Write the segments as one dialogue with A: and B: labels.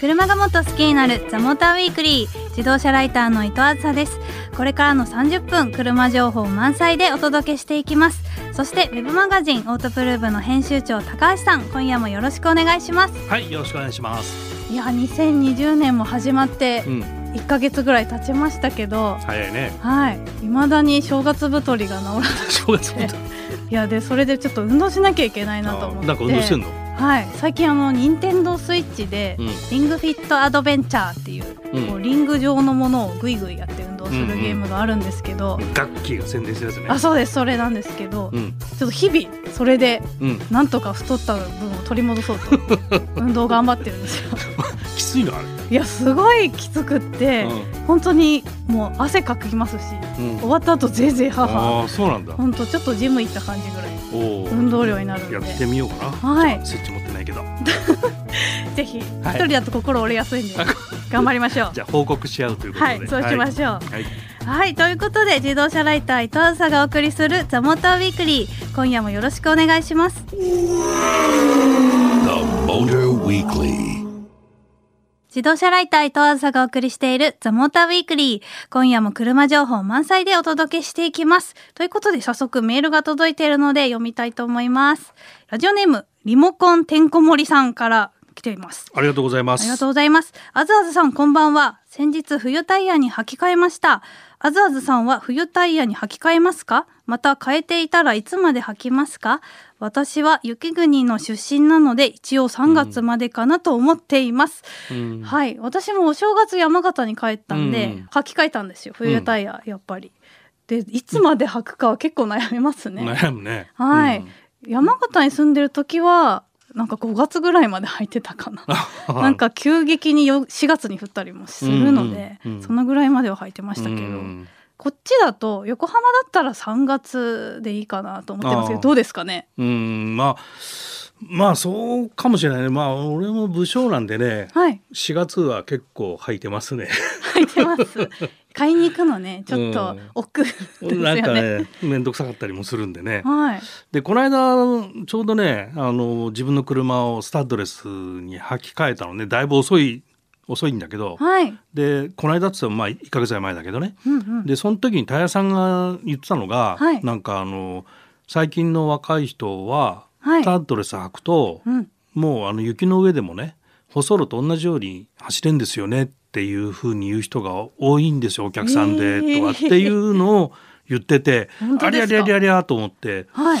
A: 車がもっと好きになるザモーターウィークリー自動車ライターの伊藤梓ですこれからの30分車情報満載でお届けしていきますそしてウェブマガジンオートプルーブの編集長高橋さん今夜もよろしくお願いします
B: はい、よろしくお願いします。
A: いや2020年も始まって
B: うん、
A: 1ヶ月ぐらい経ちましたけど
B: 早いね。
A: はい未だに正月太りが治ら ない
B: 正月本当
A: いやでそれでちょっと運動しなきゃいけないなと思って
B: なんか運動してんの。
A: はい最近あの任天堂スイッチで、
B: うん
A: リングフィットアドベンチャーっていう,、
B: うん
A: こうリング状のものをぐいぐいやって運動する
B: うんうん
A: ゲームがあるんですけど、
B: 楽器が宣伝してるやつね。
A: あそうですそれなんですけど、ち
B: うん、
A: ょっと日々それで
B: うん、
A: なんとか太った分を取り 戻そうと運動頑張ってるんですよ
B: きついのあ
A: いやすごいきつくっ
B: れ。
A: て、
B: う
A: 本当にもう汗かきますし
B: ん、う
A: 終
B: ん。
A: わった後ぜいぜい母
B: ああ、そうなんだ。
A: 本当ちょっとジム行った感じぐらい
B: おお。
A: 運動量になるんで
B: やってみようかな。
A: はい
B: スイッチ持ってないけど。
A: ぜひ一、人だと心折れやすいんで頑張りましょう
B: じゃあ報告し合うということ
A: は
B: で。
A: いそうしましょう
B: はい。
A: はいということで自動車ライター伊藤浅がお送りする「ザモーターウィークリー今夜もよろしくお願いします
C: The Motor Weekly.
A: 自動車ライター伊藤浅がお送りしている「ザモーターウィークリー今夜も車情報満載でお届けしていきますということで早速メールが届いているので読みたいと思いますラジオネームリモコンてんこ盛りさんから来ています
B: ありがとうございま
A: あ
B: す。
A: りがとうございます。あずあずさん、こんばんは。先日、冬タイヤに履き替えました。あずあずさんは冬タイヤに履き替えますかまた変えていたらいつまで履きますか私は雪国の出身なので一応3月までかなと思っています、
B: うん。
A: はい私もお正月山形に帰ったんで、
B: うん
A: 履き替えたんですよ冬タイヤ、やっぱりでいつまで履くかは結構悩みますね、
B: 悩むね。
A: はい、
B: うん。
A: 山形に住んでる時はなんか5月ぐらいまで履いてたかななんか急激によ4月に降ったりもするので、
B: うんうんうん
A: そのぐらいまでは履いてま
B: う
A: し
B: ん。
A: たけど、
B: うん
A: こっちだと横浜だったら3月でいいかなと思ってますけど
B: あー
A: どうですかね
B: うん、まあ。まあ、そうかもしれないね。まあ、俺も武将なんでね。
A: はい
B: 4月は結構履いてますね。
A: 履いてます 買いに行くのねちょっと億劫ですよね,、
B: なんかね、面倒くさかったりもするんでね。
A: はい
B: でこの間ちょうどねあの自分の車をスタッドレスに履き替えたのねだいぶ遅い遅いんだけど
A: はい
B: でこの間っつってもまあ1ヶ月ぐらい前だけどね
A: うんうん
B: でその時にタイヤさんが言ってたのが、
A: はい
B: なんかあの最近の若い人は
A: はい
B: スタッドレス履くと、
A: うん
B: もうあの雪の上でもね細路と同じように走れんですよねっていうふうに言う人が多いんですよお客さんで
A: えー
B: とかっていうのを言ってて
A: 本当
B: あり
A: で
B: ゃ
A: す
B: り
A: か
B: ゃりゃりゃと思って。
A: はい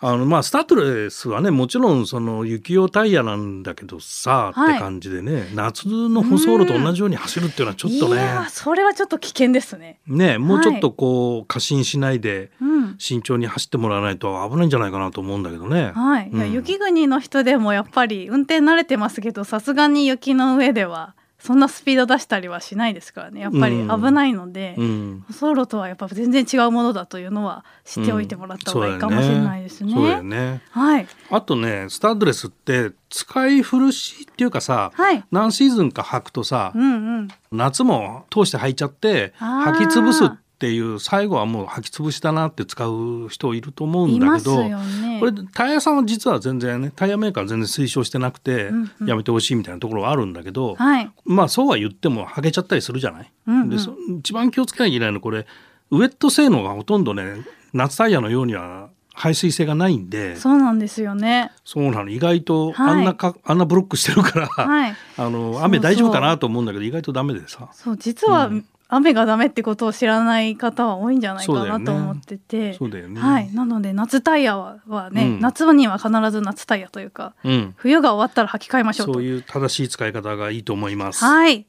B: あのまあスタッドレスはねもちろんその雪用タイヤなんだけどさ、
A: はい
B: って感じでね夏の舗装路と同じように走るっていうのはちょっと
A: い
B: ね
A: やーそれはちょっと危険ですね
B: ねもうちょっとこう過信しないで
A: うん
B: 慎重に走ってもらわないと危ないんじゃないかなと思うんだけどね。
A: はい、いや
B: うん
A: 雪国の人でもやっぱり運転慣れてますけどさすがに雪の上ではそんなスピード出したりはしないですからねやっぱり
B: うん
A: 危ないので、
B: うん、
A: 舗装路とはやっぱ全然違うものだというのは知っておいてもらった方がいいかもしれないですね。
B: そうだよね。
A: はい、
B: あとねスタッドレスって使い古しっていうかさ、
A: はい、
B: 何シーズンか履くとさ、
A: うんうん、
B: 夏も通して履いちゃって
A: あー
B: 履き潰すっていう最後はもう履き潰しだなって使う人いると思う
A: い
B: んだ
A: ま
B: け
A: す
B: ど、
A: よね。
B: これタイヤさんは実は全然ねタイヤメーカーは全然推奨してなくて
A: うんうん
B: やめてほしいみたいなところはあるんだけど、
A: はい、
B: まあそうは言っても履けちゃったりするじゃない。
A: うんうん
B: でそ一番気をつけなきゃいけないのはこれウエット性能がほとんどね夏タイヤのようには排水性がないんで
A: そうなんですよね。
B: そうなの意外と
A: はい
B: あんなか、あんなブロックしてるから、
A: はい、
B: あ
A: そう
B: の雨大丈夫かなと思うんだけど意外とダメでさ。
A: そう実は
B: うん
A: 雨がダメってことを知らない方は多いんじゃないか
B: そうだよ
A: な
B: ね
A: と思ってて、
B: そうだよね。
A: はい、なので夏タイヤははね、
B: うん
A: 夏には必ず夏タイヤというか
B: うん。
A: 冬が終わったら履き替えましょうと
B: そういう正しい使い方がいいと思います。
A: はい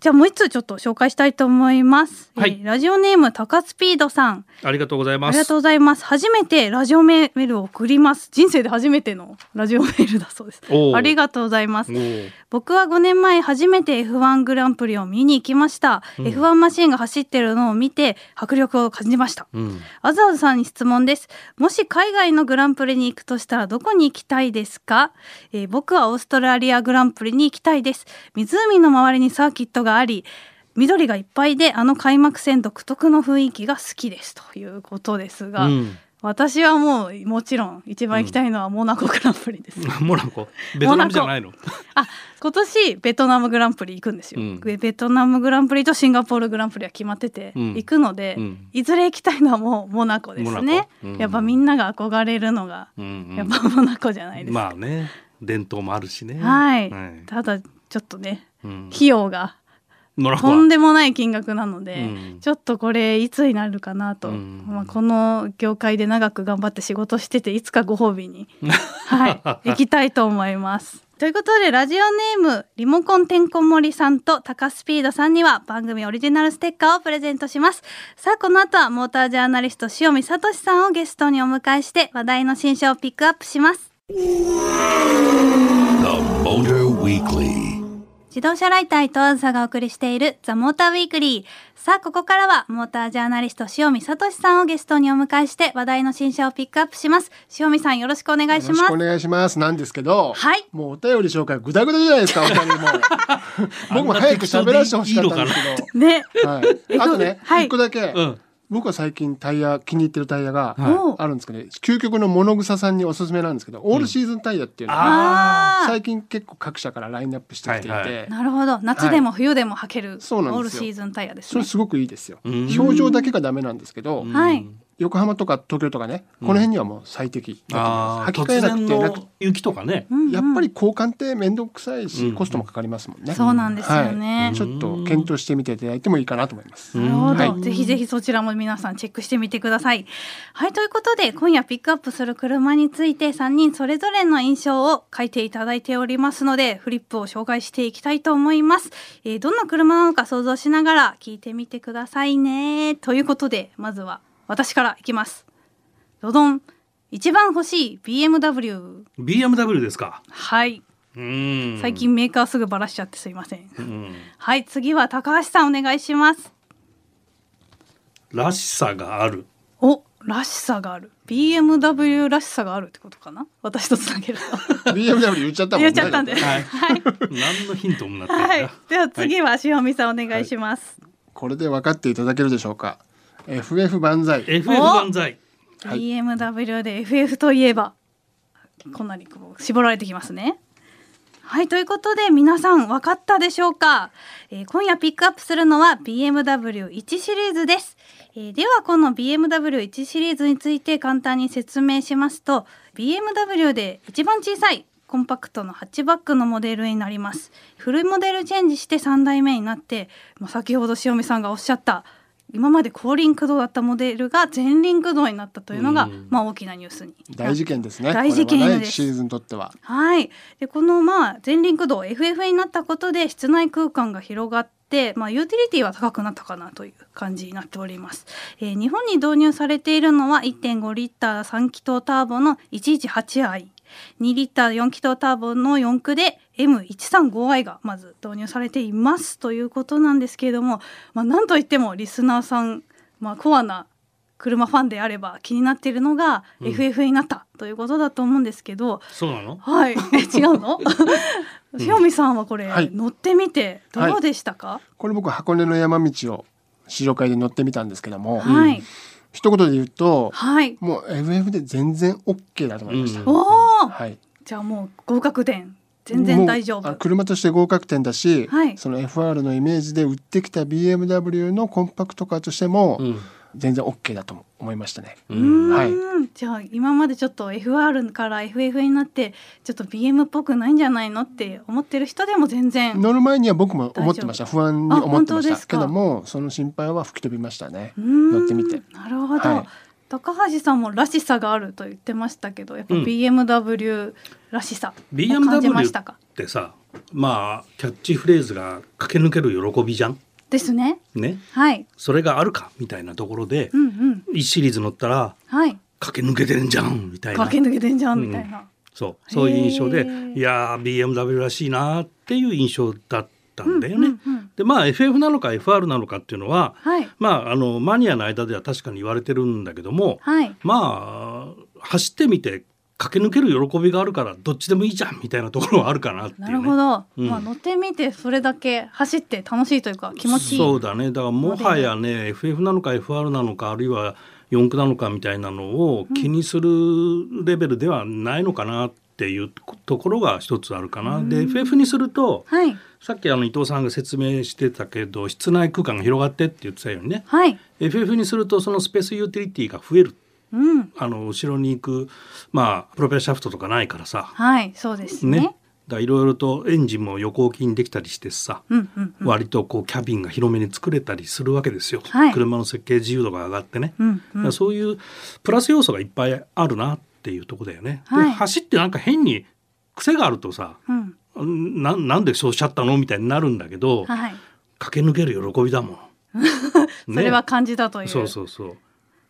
A: じゃあもう一通ちょっと紹介したいと思います、
B: はい
A: ーラジオネームタカスピードさん
B: ありがとうござい
A: あ
B: ま
A: りがと
B: す。
A: うございます初めてラジオメールを送ります人生で初めてのラジオメールだそうです
B: おう
A: ありがとうございます
B: おう
A: 僕は5年前初めて F1 グランプリを見に行きました、
B: うん
A: F1 マシンが走ってるのを見て迫力を感じました
B: うん。
A: あずあずさんに質問です。もし海外のグランプリに行くとしたらどこに行きたいですか、えー僕はオーストラリアグランプリに行きたいです。湖の周りにサーキットがあり、緑がいっぱいであの開幕戦独特の雰囲気が好きですということですが、
B: うん
A: 私はもうもちろん一番行きたいのはモナコグランプリです、
B: モナコベトナムじゃないの
A: あ今年ベトナムグランプリ行くんですよ、
B: うん
A: ベベトナムグランプリとシンガポールグランプリは決まってて、
B: うん
A: 行くので、
B: うん
A: いずれ行きたいのはもうモナコですね、
B: モナコうん
A: やっぱみんなが憧れるのが、
B: うんうん
A: やっぱモナコじゃないですか、
B: まあね伝統もあるしね
A: はい、
B: はい
A: ただちょっとね
B: うん
A: 費用が
B: モナコ
A: と
B: は
A: んでもない金額なので、
B: うん
A: ちょっとこれいつになるかなと、
B: うん
A: まあ、この業界で長く頑張って仕事してていつかご褒 美に、はい、行きたいと思います。ということでラジオネームリモコンてんこ盛りさんとタカスピードさんには番組オリジナルステッカーをプレゼントしますさあこの後はモータージャーナリスト塩見聡さんをゲストにお迎えして話題の新書をピックアップします
C: The Motor Weekly.
A: 自動車ライター伊藤あずさがお送りしているザ・モーターウィークリー。さあ、ここからはモータージャーナリスト塩見聡さんをゲストにお迎えして話題の新車をピックアップします。塩見さんよろしくお願いし
D: よ
A: ま
D: ろ
A: す
D: しくお。願いします。なんですけど、
A: はい
D: もうお便り紹介ぐだぐだじゃないですか、お二人も。僕も早く喋らせてほしかったんです
A: ね。
D: けど。はい、あとね、一、
A: はい
D: 個だけ、
B: うん
D: 僕は最近タイヤ気に入ってるタイヤが
A: はい
D: あるんですけど、ね、究極の物草さんにおすすめなんですけど、オールシーズンタイヤっていうのが、
B: あ
A: あ
D: 最近結構各社からラインナップしてきていて、
B: はいはい
A: あ、なるほど。夏でも冬でも履ける、
D: そうなんですよ
A: オールシーズンタイヤです
D: それ
A: ね。
D: すごくいいですよ。
B: うん
D: 表情だけがダメなんですけど、
B: ー
A: はい。
D: 横浜とか東京とかね、この辺にはもう最適だと思い
B: あ
D: ま
B: ー
D: す。履
B: 突
D: き替えなく
B: 然
D: てなく
B: の雪とかね
A: うんうん
D: やっぱり交換って面倒くさいし、
B: うん
D: コストもかかりますもんね。
A: そうなんですよ
D: は
A: ね
D: い。ちょっと検討してみていただいてもいいかなと思います。
A: なるほど、
D: はい
A: ぜひぜひそちらも皆さんチェックしてみてください。はいということで今夜ピックアップする車について3人それぞれの印象を書いていただいておりますのでフリップを紹介していきたいと思います。えーどんな車なのか想像しながら聞いてみてくださいね。ということでまずは私からいきます。ドドン一番欲しい BMW
B: BMW ですか
A: はい
B: うん
A: 最近メーカーすぐバラしちゃってすいません。
B: うん
A: はい次は高橋さんお願いします。
B: らしさがある
A: おらしさがある BMW らしさがあるってことかな私とつなげる
D: BMW 言っちゃっ
A: と
D: たも
A: 言っ
D: んね。
A: ちゃったんで
B: は
A: はいい、
B: 何のヒントもなって
A: は
B: ないい、
A: では次は塩見さんお願いします、
D: これで分かっていただけるでしょうか。FF 万歳。
B: FF 万歳
A: BMW で FF といえばこんなにこう絞られてきますねはいということで皆さん分かったでしょうか、えー今夜ピックアップするのは BMW1 シリーズです、えーではこの BMW1 シリーズについて簡単に説明しますと BMW で一番小さいコンパクトのハッチバックのモデルになりますフルモデルチェンジして3代目になってもう先ほど塩見さんがおっしゃった今まで後輪駆動だったモデルが前輪駆動になったというのが、
B: うん
A: まあ、大きなニュースにな
D: 大事件ですね。
A: 大事件
D: これは
A: で
D: ね
A: す
D: シーズンにとっては。
A: はい、でこのまあ前輪駆動 FF になったことで室内空間が広がって、まあ、ユーティリティは高くなったかなという感じになっております、えー日本に導入されているのは1.5リッター3気筒ターボの 118i2 リッター4気筒ターボの4駆で M135i がまず導入されていますということなんですけれども、まあ、なんといってもリスナーさん、まあ、コアな車ファンであれば気になっているのが FF になったということだと思うんですけど、
B: そうなの
A: はい、え違うの？ひろみさんはこれ、
D: はい
A: 乗ってみてどうでしたか？
D: これ僕箱根の山道を試乗会で乗ってみたんですけども、
A: はい、
D: 一言で言うと、
A: はい、
D: もう FF で全然 OK だと思いました。
B: うん
A: おお、
D: はい。
A: じゃあもう合格点全然大丈
D: もうあの
A: 夫。
D: 車として合格点だし、
A: はい
D: その FR のイメージで売ってきた BMW のコンパクトカーとしても、
B: うん
D: 全然 OK だと思いましたね。
A: うーん、
D: はい
A: じゃあ今までちょっと FR から FF になってちょっと BM っぽくないんじゃないのって思ってる人でも全然
D: 乗る前には僕も思ってました不安に
A: あ
D: 思って
A: 本当
D: ま
A: で
D: し
A: す
D: た
A: か
D: けどもその心配は吹き飛びましたね
A: うーん
D: 乗ってみて
A: なるほど、
D: はい
A: 高橋さんもらしさがあると言ってましたけどやっぱ
B: うん
A: BMW らしさを感じま
B: BMW
A: したか、
B: ってさまあキャッチフレーズが駆け抜ける喜びじゃん
A: ですね
B: ね
A: はい
B: それがあるかみたいなところで
A: うんうん
B: 1シリーズ乗ったら
A: はい
B: 駆け抜けてんじゃんみたいな
A: 駆け抜けてんじゃんみたいな、
B: そうそういう印象
A: へ
B: で
A: ー
B: いやー BMW らしいなーっていう印象だったんだよね。
A: うんうんうん
B: でまあ FF なのか FR なのかっていうのは、
A: はい
B: まあ、あのマニアの間では確かに言われてるんだけども、
A: はい
B: まあ走ってみて駆け抜ける喜びがあるからどっちでもいいじゃんみたいなところはあるかなっていう
A: な
B: ね。
A: るほど、
B: うん
A: まあ乗ってみてそれだけ走って楽しいというか気持ちいい
B: そうだねだからもはやね FF なのか FR なのかあるいは四駆なのかみたいなのを気にするレベルではないのかなっていうところが一つあるかな。で FF にすると
A: はい
B: さっきあの伊藤さんが説明してたけど室内空間が広がってって言ってたようにね
A: はい
B: FF にするとそのスペースユーティリティが増える
A: うん
B: あの後ろに行く、まあ、プロペラシャフトとかないからさ、
A: はいそうです
B: ね
A: ね
B: だからいろいろとエンジンも横置きにできたりしてさ、
A: うんうんうん
B: 割とこうキャビンが広めに作れたりするわけですよ、
A: はい
B: 車の設計自由度が上がってね、
A: うん
B: だ
A: う
B: か
A: ん
B: らそういうプラス要素がいっぱいあるなっていうとこだよね。
A: はい
B: で走ってなんか変に癖があるとさ
A: うん
B: ななんでそうしちゃったのみたいになるんだけど、
A: はい
B: 駆け抜ける喜びだもん。
A: それは感じたという
B: そうそうそう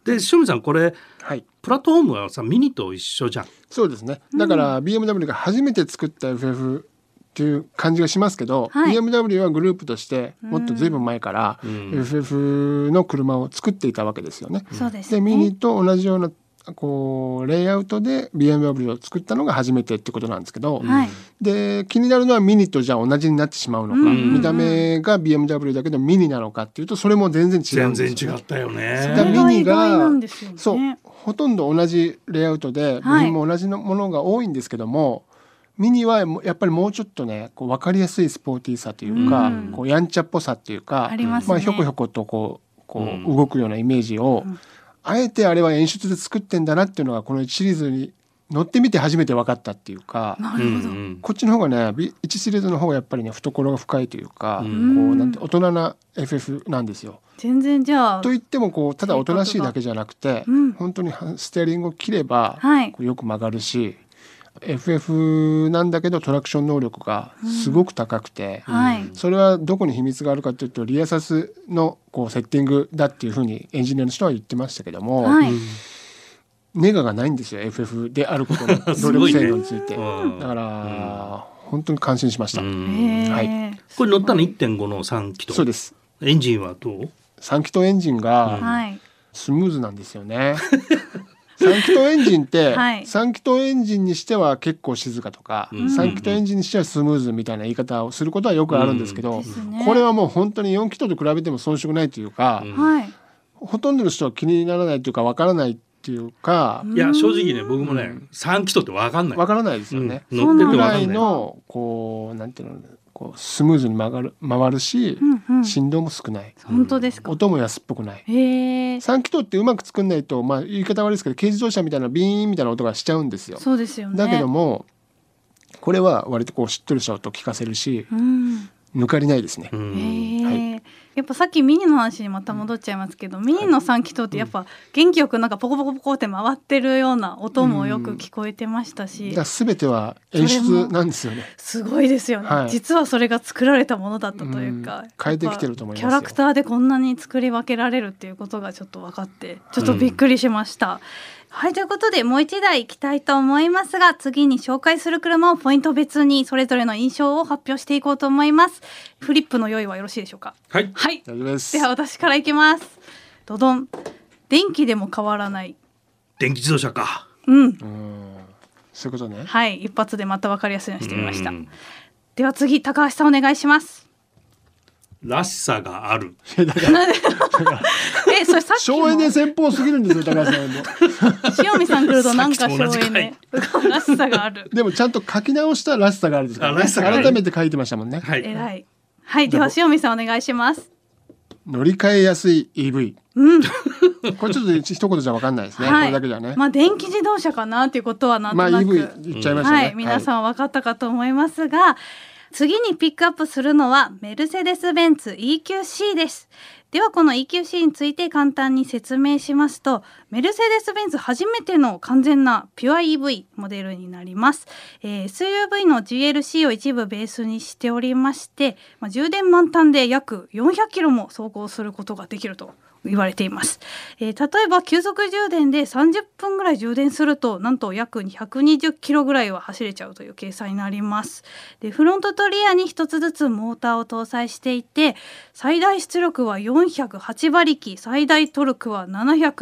B: で塩見さんこれ
D: はい
B: プラットフォームはさミニと一緒じゃん。
D: そうですねだから BMW が初めて作った FF っていう感じがしますけど、
A: はい
D: BMW はグループとしてもっとずいぶん前から
B: うん
D: FF の車を作っていたわけですよね。
A: そうです
D: でミ
A: ね
D: ニと同じようなこうレイアウトで BMW を作ったのが初めてってことなんですけど、
A: はい
D: で気になるのはミニとじゃあ同じになってしまうのか、
A: うん
D: 見た目が BMW だけどミニなのかっていうとそれも全然違うん
B: 全
D: ですよ、
B: 然
D: ね。
B: 違ったよ
A: それ
D: だミ
B: ね。
A: が
D: ニ
A: 意
D: が
A: 外なんですよね
D: そう、ほとんど同じレイアウトで部
A: はい
D: 品も同じのものが多いんですけども、ミニはもうやっぱりもうちょっとねこう分かりやすいスポーティーさというか、
A: うん
D: こうやんちゃっぽさっていうか
A: ありますね
D: あ、ひょこひょことこうこう、
B: うん
D: 動くようなイメージを、
A: うん
D: あえてあれは演出で作ってんだなっていうのがこのシリーズに乗ってみて初めて分かったっていうか。
A: な
B: うん
A: るほど
D: こっちの方がねび1シリーズの方がやっぱりね懐が深いというか、
B: うん
D: こうなんて大人な FF なんですよ。
A: 全然じゃあ
D: と言ってもこうただおとなしいだけじゃなくて、
A: うん
D: 本当にはステアリングを切れば、
A: はい
D: こうよく曲がるし FF なんだけどトラクション能力がすごく高くて、
A: はい
D: それはどこに秘密があるかというとリアサスのこうセッティングだっていうふうにエンジニアの人は言ってましたけども、
A: はい
D: ネガがないんですよ FF であることの
B: す
D: 能
B: ご
D: 力
B: いね
D: 制御について。
B: うん
D: だから、本当に感心しました。
B: うん
A: へ
D: は
A: え
B: これ乗ったの1.5の3気筒
D: そうです
B: エンジンはどう
D: 3気筒エンジンが、
A: はい
D: スムーズなんですよね。 三気筒エンジンって、
A: はい
D: 三気筒エンジンにしては結構静かとか、
B: うん
D: 三気筒エンジンにしてはスムーズみたいな言い方をすることはよくあるんですけど、
A: ですね
D: これはもう本当に4気筒と比べても遜色ないというか、
B: うん
A: はい
D: ほとんどの人は気にならないというかわからないっていうか、
B: いや正直ね僕もね3気筒って分かんない
D: わからないですよね。
B: うん乗ってて
D: ぐ
B: 分
D: ら
B: か
D: い
B: んない
D: のこうなんていうのこうスムーズに曲がる回るし、
A: うんうん
D: 振動も少ない、
A: 本当ですか
D: 音も安っぽくない。
A: へえ
D: 三気筒ってうまく作んないと、まあ、言い方悪いですけど軽自動車みたいなビーンみたいな音がしちゃうんですよ。
A: そうですよね
D: だけどもこれは割とこうしっとりした音聞かせるし
A: うん
D: 抜かりないですね
B: う。ん
A: へえやっぱさっきミニの話にまた戻っちゃいますけど、ミニの3気筒ってやっぱ元気よくなんかポコポコポコって回ってるような音もよく聞こえてましたし、
D: だから全ては演出なんですよね。
A: すごいですよね、
D: はい
A: 実はそれが作られたものだったというか、
D: うん変えてきてると思います
A: や
D: よ
A: っぱキャラクターでこんなに作り分けられるっていうことがちょっと分かってちょっとびっくりしました、はいということでもう一台いきたいと思いますが次に紹介する車をポイント別にそれぞれの印象を発表していこうと思いますフリップの用意はよろしいでしょうか
B: はい
A: はい
D: 大丈夫です
A: で。は私からいきますドドン電気でも変わらない
B: 電気自動車か
A: うん
D: うんそういうことね。
A: はい一発でまた分かりやすいようにしてみました
B: うん
A: では次高橋さんお願いします
B: らしさがある
A: えそれさっきも
D: 省エネ先方すぎるんですよ高橋さんも。
A: 塩見さん来るとなんか省
B: さっきと同
A: エ
B: じ
A: ネ
B: 回
A: らしさが ある
D: でもちゃんと書き直したらしさがあるんですから、
B: あらしさがある
D: 改めて書いてましたもんね。
B: はい
A: えらいはいでは塩見さんお願いします
D: 乗り換えやすい EV。
A: うん
D: これちょっと一言じゃわかんないですね。
A: はい
D: これだけじゃね。
A: まあ電気自動車かなということはなんと
D: まあ
A: なく、
D: EV 言っちゃいましたね。
A: はい、皆さん分かったかと思いますが、次にピックアップするのはメルセデス・ベンツ EQC です。ではこの EQC について簡単に説明しますとメルセデス・ベンツ初めての完全なピュア EV モデルになります、えー SUV の GLC を一部ベースにしておりまして、まあ、充電満タンで約400キロも走行することができると言われています、えー例えば急速充電で30分ぐらい充電するとなんと約120キロぐらいは走れちゃうという計算になりますでフロントトリアに一つずつモーターを搭載していて最大出力は408馬力最大トルクは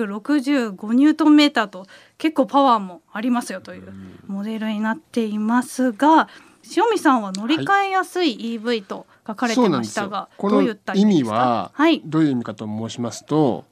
A: 765ニュートンメーターと結構パワーもありますよというモデルになっていますが塩見さんは乗り換えやすい EV と書かれてましたが、
D: こ
A: どうい
D: の
A: った
D: 意
A: メ
D: 味
A: ですか
D: は
A: はい、
D: どういう意味かと申しますと、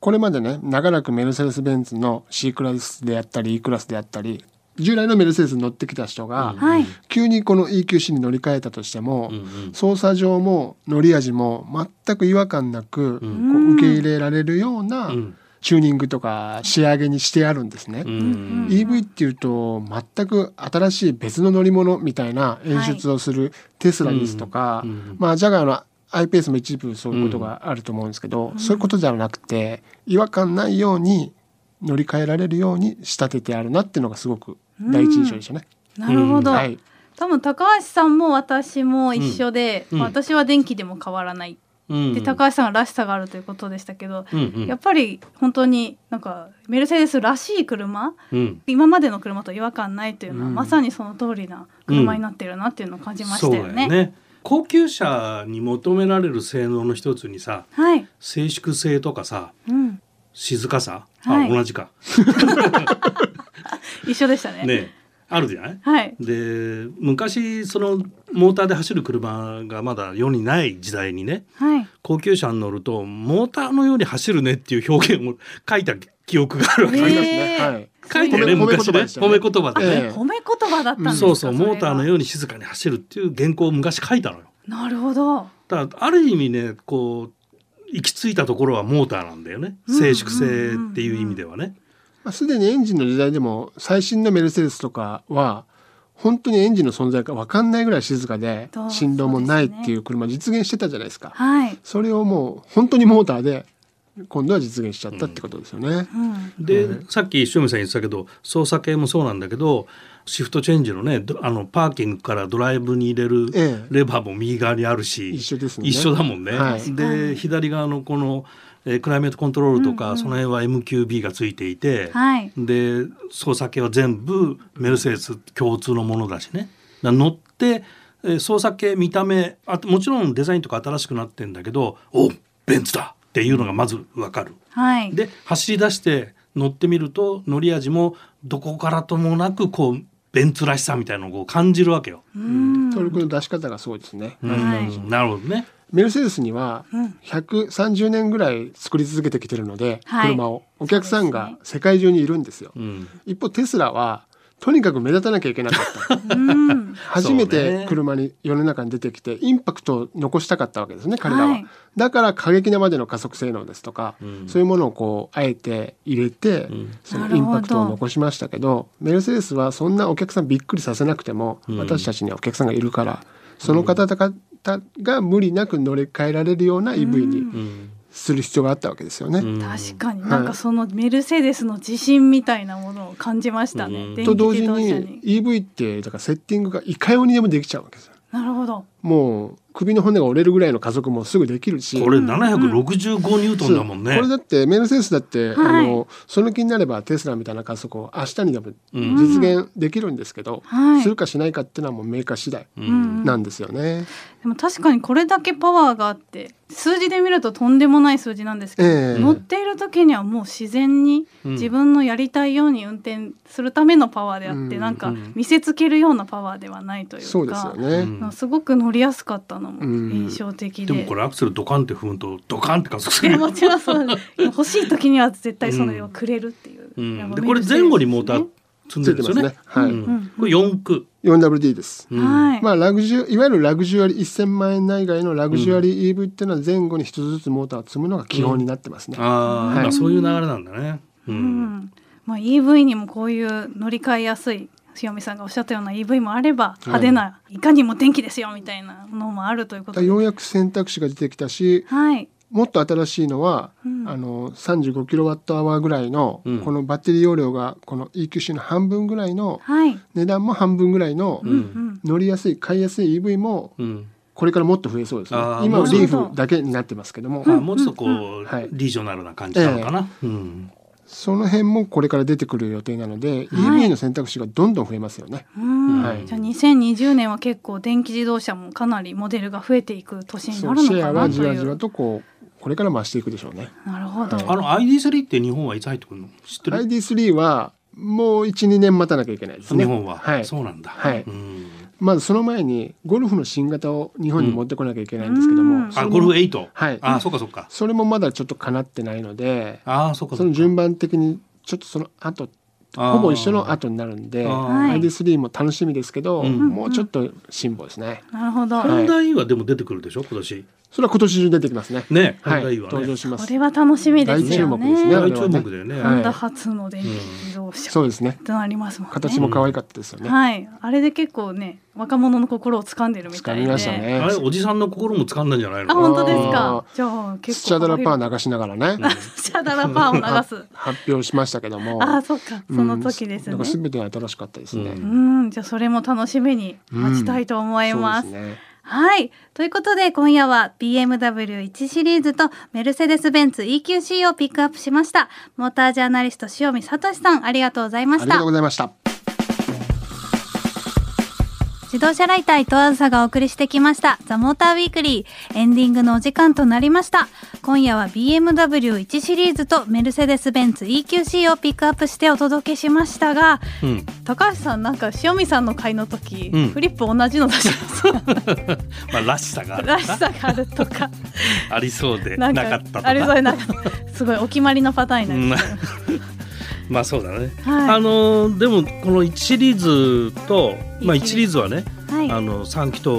D: これまでね長らくメルセデス・ベンツの C クラスであったり E クラスであったり従来のメルセデスに乗ってきた人が、
A: はい。
D: 急にこの EQC に乗り換えたとしても、
B: うんうん
D: 操作上も乗り味も全く違和感なく、こう受け入れられるような
B: うん
D: チューニングとか仕上げにしてあるんですね。
B: うん、
D: EV っていうと全く新しい別の乗り物みたいな演出をするテスラですとか、
B: うんうん
D: まあジャガーの iPS も一部そういうことがあると思うんですけど、そういうことじゃなくて違和感ないように乗り換えられるように仕立ててあるなっていうのがすごく第一印象でしたね。
A: なるほど。
D: はい、
A: 多分高橋さんも私も一緒で、
B: うんうん
A: 私は電気でも変わらない。
B: うん
A: で高橋さんらしさがあるということでしたけど、
B: うんうん
A: やっぱり本当になんかメルセデスらしい車
B: うん
A: 今までの車と違和感ないというのは、
D: うん
A: まさにその通りな車になってるなっていうのを感じましたよね。
B: そうだよね高級車に求められる性能の一つにさ
A: はい、
B: 静粛性とかさ
A: うん、
B: 静かさ、
A: はい
B: あ同じか
A: 一緒でしたね。
B: ねあるじゃない
A: はい、
B: で昔そのモーターで走る車がまだ世にない時代にね
A: はい、
B: 高級車に乗るとモーターのように走るねっていう表現を書いた記憶があるわけ、
A: えー
D: ありますね。はい。
B: 書いてるね
D: 褒め
B: 昔ね褒
D: 褒
B: め
D: め
B: 言
D: 言
B: 葉でね、
D: え
A: 褒め言葉だったんですか。
B: そうそう
A: れが
B: モーターのように静かに走るっていう原稿を昔書いたのよ
A: なるほど。
B: だからある意味ねこう行き着いたところはモーターなんだよね
A: うん
B: 静粛性っていう意味ではね、
D: まあ、すでにエンジンの時代でも最新のメルセデスとかは本当にエンジンの存在が分かんないぐらい静かで
A: そう
D: 振動もないっていう車実現してたじゃないですか
A: はい、
D: それをもう本当にモーターで今度は実現しちゃったってことですよね、
A: うん、
B: で、
D: はい
B: さっき塩見さん言ってたけど操作系もそうなんだけどシフトチェンジのねどあのパーキングからドライブに入れ
D: え
B: る
D: え
B: レバーも右側にあるし、
D: 一緒ですね
B: 一緒だもんね。
D: はい
A: 確かに
B: で左側のこの、えークライメートコントロールとか、その辺は MQB がついていて、
A: はい
B: で操作系は全部メルセデス共通のものだしね。だから乗って、えー操作系見た目あともちろんデザインとか新しくなってんだけどおベンツだっていうのがまず分かる。
A: はい。
B: で走り出して乗ってみると乗り味もどこからともなくこうベンツらしさみたいなのを感じるわけよ。
A: うん、
D: トルクの出し方がそうですね、
A: はい
B: うんなるほどね。
D: メルセデスには
A: うん
D: 130年ぐらい作り続けてきてるので、
A: はい
D: 車をお客さん
A: そう
D: が世界中にいるんですよ
B: うん
D: 一方テスラはとにかく目立たなきゃいけなかった
A: うん、
D: 初め
B: そう
D: て
B: ね
D: 車に世の中に出てきてインパクトを残したかったわけですね彼らは、
A: はい
D: だから過激なまでの加速性能ですとか、
B: うん
D: そういうものをこうあえて入れて、
B: ん
D: そ
A: な
D: の
A: る
D: イ
A: ほ
D: ン
A: ど
D: パクトを残しましたけどメルセデスはそんなお客さんびっくりさせなくても、
B: ん
D: 私たちにはお客さんがいるからその方々が無理なく乗り換えられるような EV
B: う
D: に
B: ん
D: する必要があったわけですよね。
B: うん
A: 確かに、
D: はい
A: なんかそのメルセデスの自信みたいなものを感じましたね。
B: うん
A: 電
D: と
A: 気
D: 同
A: 自
D: 時
A: 動車
D: に EV ってだからセッティングがいかようにでもできちゃうわけですよ。
A: なるほど。
D: もう首の骨が折れるぐらいの加速もすぐできるし
B: これ765ニュートンだもんね。
D: そうこれだってメルセデスだって、
A: はい
D: あのその気になればテスラみたいな加速を明日にでも
B: うん
D: 実現できるんですけど、
A: はい
D: するかしないかっていうのはもうメーカー次第
B: うん
A: うん
D: なんですよね。
A: でも確かにこれだけパワーがあって数字で見るととんでもない数字なんですけど、
D: ええ
A: 乗っている時にはもう自然に
B: うん
A: 自分のやりたいように運転するためのパワーであって、
D: うん
A: なんか
B: うん
A: 見せつけるようなパワーではないというか
D: そうですよね。
B: うん
A: なんかすごく乗りやすかったのも
D: うん
A: 印象的
B: で
A: で。
B: もこれアクセルドカンって踏むとドカンって加速す
A: え
B: る。
A: もちろんそうです欲しい時には絶対それをくれるっていう、
B: うんでこれ前後にモーター積んでるんですよ
D: つい
B: ね
D: て。ますねはい
B: うんこれ四駆。
D: 4WD です。
B: うん
A: はい、
D: まあ、ラグジュいわゆるラグジュアリー1000万円内外のラグジュアリー EV っていうのは前後に一つずつモーターを積むのが基本になってますね。
B: ああ、
D: はい
B: まあそういう流れなんだね。う。
A: うんんまあ、EV にもこういう乗り換えやすい塩見さんがおっしゃったような EV もあれば派手な、い、かにも電気ですよみたいなものもあるというこ
D: だか
A: と
D: ら
A: で
D: ようやく選択肢が出てきたし
A: はい
D: もっと新しいのは、
A: うん
D: あの 35kWh ぐらいの、
B: うん
D: このバッテリー容量がこの EQC の半分ぐらいの
A: はい、
D: 値段も半分ぐらいの
A: うんうん、
D: 乗りやすい買いやすい EV も
B: うん。
D: これからもっと増えそうですね
B: あー
D: 今はリ
A: なるほ
D: ー
A: ど
D: フだけになってますけども、
B: あーもうちょっとこう
D: はい
B: リージョナルな感じなのかな。うん。
D: その辺もこれから出てくる予定なので、EV の選択肢がどんどん増えますよね
A: うん
D: はい
A: じゃあ2020年は結構電気自動車もかなりモデルが増えていく年に
D: そ
A: な
D: う
A: るの
D: シェ
A: か
D: ア
A: な
D: は
A: と
D: じわ
A: い
D: じわ
A: う
D: とこうこれから増していくでしょうね
A: なるほど、
B: あの ID3 って日本はいつ入ってくるの？知ってる？
D: ID3 はもう12年待たなきゃいけないですね
B: 日本は。
D: はい、
B: そうなんだ。
D: はい
B: うん。
D: まずその前にゴルフの新型を日本に持ってこなきゃいけないんですけども、
A: うん
D: そ
B: あ
D: れも
B: ゴルフ8、
D: はい
B: あそうかそうか
D: それもまだちょっとかなってないので
B: あそうか
D: そ
B: そう
D: の
B: か
D: 順番的にちょっとその後ほぼ一緒の
B: あ
D: 後になるんで
B: あー
A: はい
D: ID3 も楽しみですけど、
B: うん
D: もうちょっと辛抱ですね。
A: なるほど、
B: ーホンダ E はでも出てくるでしょ今年
D: それは今年中出てきますね。
B: ねホン
D: は
B: ダ
D: い、
B: E は
D: 登
B: ね
D: 場しま
A: こ
D: す
A: れ。は楽しみで
D: 大
A: す
D: 注
A: よ
D: 目
A: ね
D: ですね。
B: 大
D: あれ
B: 注
D: はね
B: 目だよね
A: ホ
D: は
A: ン
D: い
A: ダ初の電気自動車
D: そうですね。
A: となりますもんね
D: 形も可愛かったですよね。
A: はいあれで結構ね若者の心を掴んでるみた
D: 掴
A: いで
D: みましたね
B: あれ。おじさんの心も掴んだんじゃない
A: あ
B: の
A: 本当です
D: あ
A: か
D: ー
A: じゃあ結構
D: スチャダラパ
A: ン
D: ー流しながらね、
A: スチャダラパーを流す
D: 発表しましたけども。
A: ああそっかその時ですね
D: うんなんか全て新しかったです
B: う
D: ね。
A: うんじゃあそれも楽しみに待ちたいと思います
D: そうですね。
A: はい。ということで、今夜は BMW1 シリーズとメルセデス・ベンツ EQC をピックアップしました。モータージャーナリスト塩見聡さん、ありがとうございま
D: あ
A: し
D: りが
A: た
D: とうご。ざいました。
A: 自動車ライター伊藤あずさがお送りしてきました「ザ・モーター・ウィークリー」エンディングのお時間となりました今夜は BMW1 シリーズとメルセデス・ベンツ EQC をピックアップしてお届けしましたが
B: うん
A: 高橋さんなんか塩見さんの回の時、
B: うん
A: フリップ同じの出します
B: まあらしさがある
A: らしさがある とか
B: ありそうで
A: な
B: なん
A: か
B: かったと
A: あれそ
B: か
A: れなんかすごいお決まりのパターン
B: う
A: に
B: ん
A: なります、
B: まあそうだね
A: は
B: あのーでもこの1シリーズとまあ1
A: 1
B: シリーズはね
A: いは
B: あ
A: い
B: の3気筒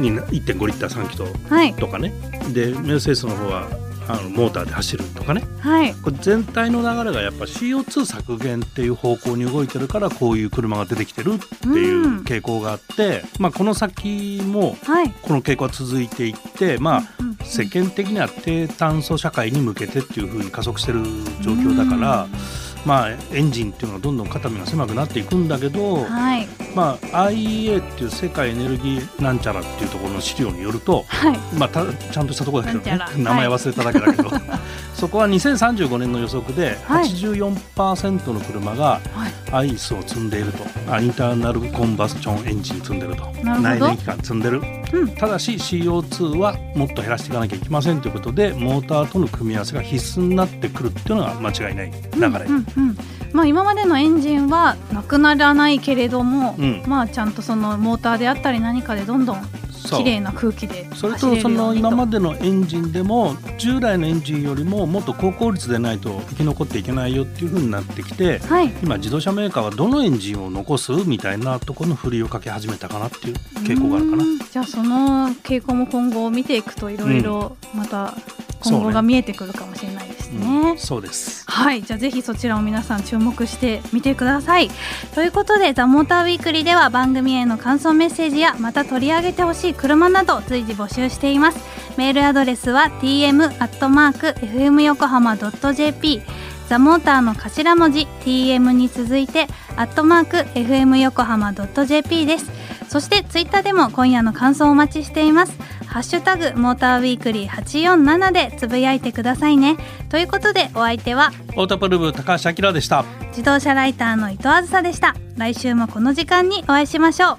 B: にな1.5リッター3気筒
A: はい
B: とかねでメルセデスの方はあのモーターで走るとかね
A: はい
B: これ全体の流れがやっぱ CO2 削減っていう方向に動いてるからこういう車が出てきてるってい
A: うん
B: う傾向があって、まあ、この先も
A: はい
B: この傾向は続いていって、まあ、
A: うんうん
B: 世間的には低炭素社会に向けてっていう風に加速してる状況だから、まあ、エンジンっていうのはどんどん肩身が狭くなっていくんだけど、
A: はい
B: まあ、IEA っていう世界エネルギーなんちゃらっていうところの資料によると、
A: はい
B: まあ、たちゃんとしたところだけど、ね
A: なんちゃら、
B: 名前忘れただけだけど、 そこは2035年の予測で
A: はい
B: 84%の車が
A: はい
B: アイスを積んでいると、あインターナルコンバスチョンエンジン積んでると
A: なるほど
B: 内燃機関積んでる、
A: うん
B: ただし CO2 はもっと減らしていかなきゃいけませんということでモーターとの組み合わせが必須になってくるっていうのが間違いない流れ。
A: うんうんうんまあ、今までのエンジンはなくならないけれども、
B: うん
A: まあ、ちゃんとそのモーターであったり何かでどんどん
B: そう
A: 綺麗な空気で
B: それ
A: 走
B: と
A: れ
B: そ
A: るよ
B: の
A: うにと
B: 今までのエンジンでも従来のエンジンよりももっと高効率でないと生き残っていけないよっていう風になってきて
A: はい
B: 今自動車メーカーはどのエンジンを残すみたいなところの振りをかけ始めたかなっていう傾向があるかな
A: う。んじゃあその傾向も今後見ていくといろいろまた
B: そうね
A: 今後が見えてくるかもしれないですね。
B: うんそうです。
A: はい、じゃあぜひそちらを皆さん注目してみてください。ということで、ザ・モーターウィークリーでは番組への感想メッセージや、また取り上げてほしい車など随時募集しています。メールアドレスは tm.fmyokohama.jp ザ・モーターの頭文字 tm に続いて、アットマーク fmyokohama.jp です。そしてツイッターでも今夜の感想をお待ちしています。ハッシュタグモーターウィークリー847でつぶやいてくださいね。ということでお相手は
B: オートプルーブ高橋明でした。
A: 自動車ライターの伊藤あずさでした来週もこの時間にお会いしましょう